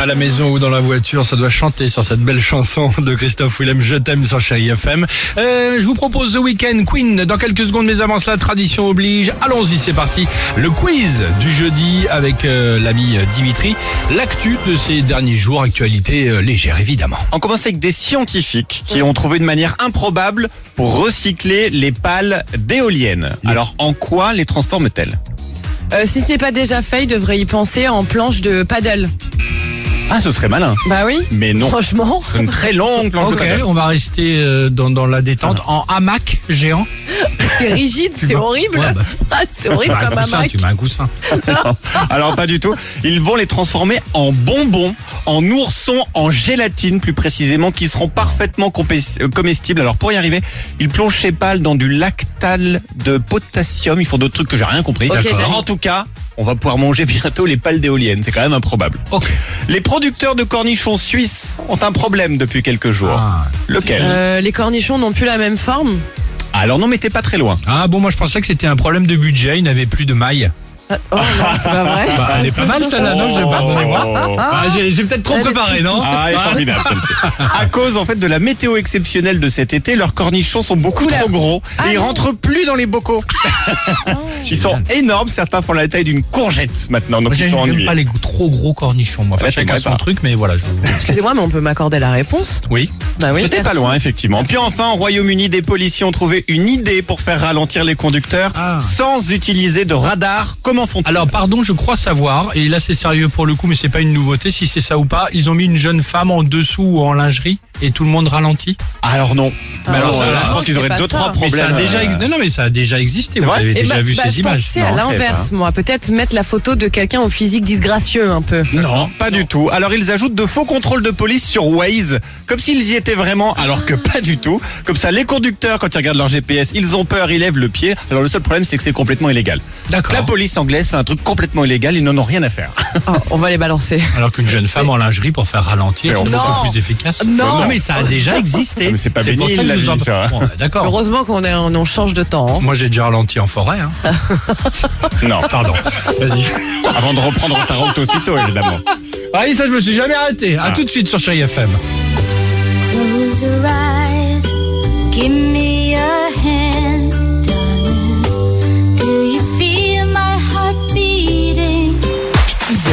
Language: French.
À la maison ou dans la voiture, ça doit chanter sur cette belle chanson de Christophe Willem, Je t'aime sur Chéri FM. Euh, je vous propose The Weekend Queen dans quelques secondes, mais avant cela, tradition oblige. Allons-y, c'est parti. Le quiz du jeudi avec euh, l'ami Dimitri. L'actu de ces derniers jours, actualité euh, légère évidemment. On commence avec des scientifiques qui ont trouvé une manière improbable pour recycler les pales d'éoliennes. Alors en quoi les transforment-elles Euh, si ce n'est pas déjà fait, il devrait y penser en planche de paddle. Ah, ce serait malin. Bah oui. Mais non. Franchement. C'est une très longue planche de Ok, paddle. on va rester euh, dans, dans la détente en hamac géant. C'est rigide, Ah. c'est m'as- horrible. Ouais, bah. Ah, c'est horrible Bah, un comme un coussin, Mac. tu mets un coussin. Alors pas du tout. Ils vont les transformer en bonbons, en oursons, en gélatine plus précisément, qui seront parfaitement compé- euh, comestibles. Alors pour y arriver, ils plongent ces pales dans du lactal de potassium. Ils font d'autres trucs que j'ai rien compris. Ok, D'accord. j'arrive. en tout cas, on va pouvoir manger bientôt les pales d'éoliennes. C'est quand même improbable. Ok. Les producteurs de cornichons suisses ont un problème depuis quelques jours. Ah. Lequel Euh, les cornichons n'ont plus la même forme. Alors non, mais t'es pas très loin. Ah bon, moi je pensais que c'était un problème de budget, ils n'avaient plus de mailles. Ah, Oh non, c'est pas vrai. Bah, elle est pas mal celle-là, non Je sais pas, donnez-moi. Oh. Ah, j'ai j'ai peut-être trop Elle est préparé, non Ah, elle est formidable celle-ci. À cause en fait de la météo exceptionnelle de cet été, leurs cornichons sont beaucoup Oula. trop gros et Ah ils non. rentrent plus dans les bocaux. ils sont énormes, certains font la taille d'une courgette maintenant, donc Moi, ils j'aime sont j'aime ennuyés. pas les trop gros cornichons. Moi, enfin, Ouais, chacun t'aimerais son pas. truc, mais voilà. Je... Excusez-moi, mais on peut m'accorder la réponse. Oui. Bah oui. C'était pas merci. loin, effectivement. Puis enfin, au Royaume-Uni, des policiers ont trouvé une idée pour faire ralentir les conducteurs Ah. sans utiliser de radar. Comment font-ils Alors, pardon, je crois savoir, et là c'est sérieux pour le coup, mais c'est pas une nouveauté, si c'est ça ou pas. Ils ont mis une jeune femme en dessous ou en lingerie et tout le monde ralentit. Alors non. Mais alors, alors, là, ça, je pense qu'ils Ah, c'est auraient pas deux, ça. trois Mais ça problèmes. a déjà ex- euh, Non, non, mais ça a déjà existé. Vous vrai avez Eh déjà bah, vu bah, ces je images. pensais Non, à je savais l'inverse, moi. Peut-être mettre la photo de quelqu'un au physique disgracieux un peu. Non, pas du tout. Alors ils ajoutent de faux contrôles de police sur Waze, comme s'ils y étaient vraiment, alors Ah. que pas du tout. Comme ça, les conducteurs, quand ils regardent leur GPS, ils ont peur, ils lèvent le pied. Alors le seul problème, c'est que c'est complètement illégal. La D'accord. police anglaise fait un truc complètement illégal, ils n'en ont rien à faire. Ah, on va les balancer. Alors qu'une jeune femme en lingerie pour faire ralentir, Mais c'est on- beaucoup Non. plus efficace. Non. mais ça a déjà existé. Non, mais c'est pas pour béni, ça que la je vous en- vie, ça. Bon, ouais, D'accord. Heureusement qu'on est en- on change de temps. hein. Moi, j'ai déjà ralenti en forêt. Hein. Non, Pardon. Vas-y. avant de reprendre ta route aussitôt, évidemment. Ah oui, ça, je me suis jamais arrêté. Ah. À tout de suite sur Chéri FM. Close your eyes, give me a hand, darling. Do you feel my heart beating? 6h,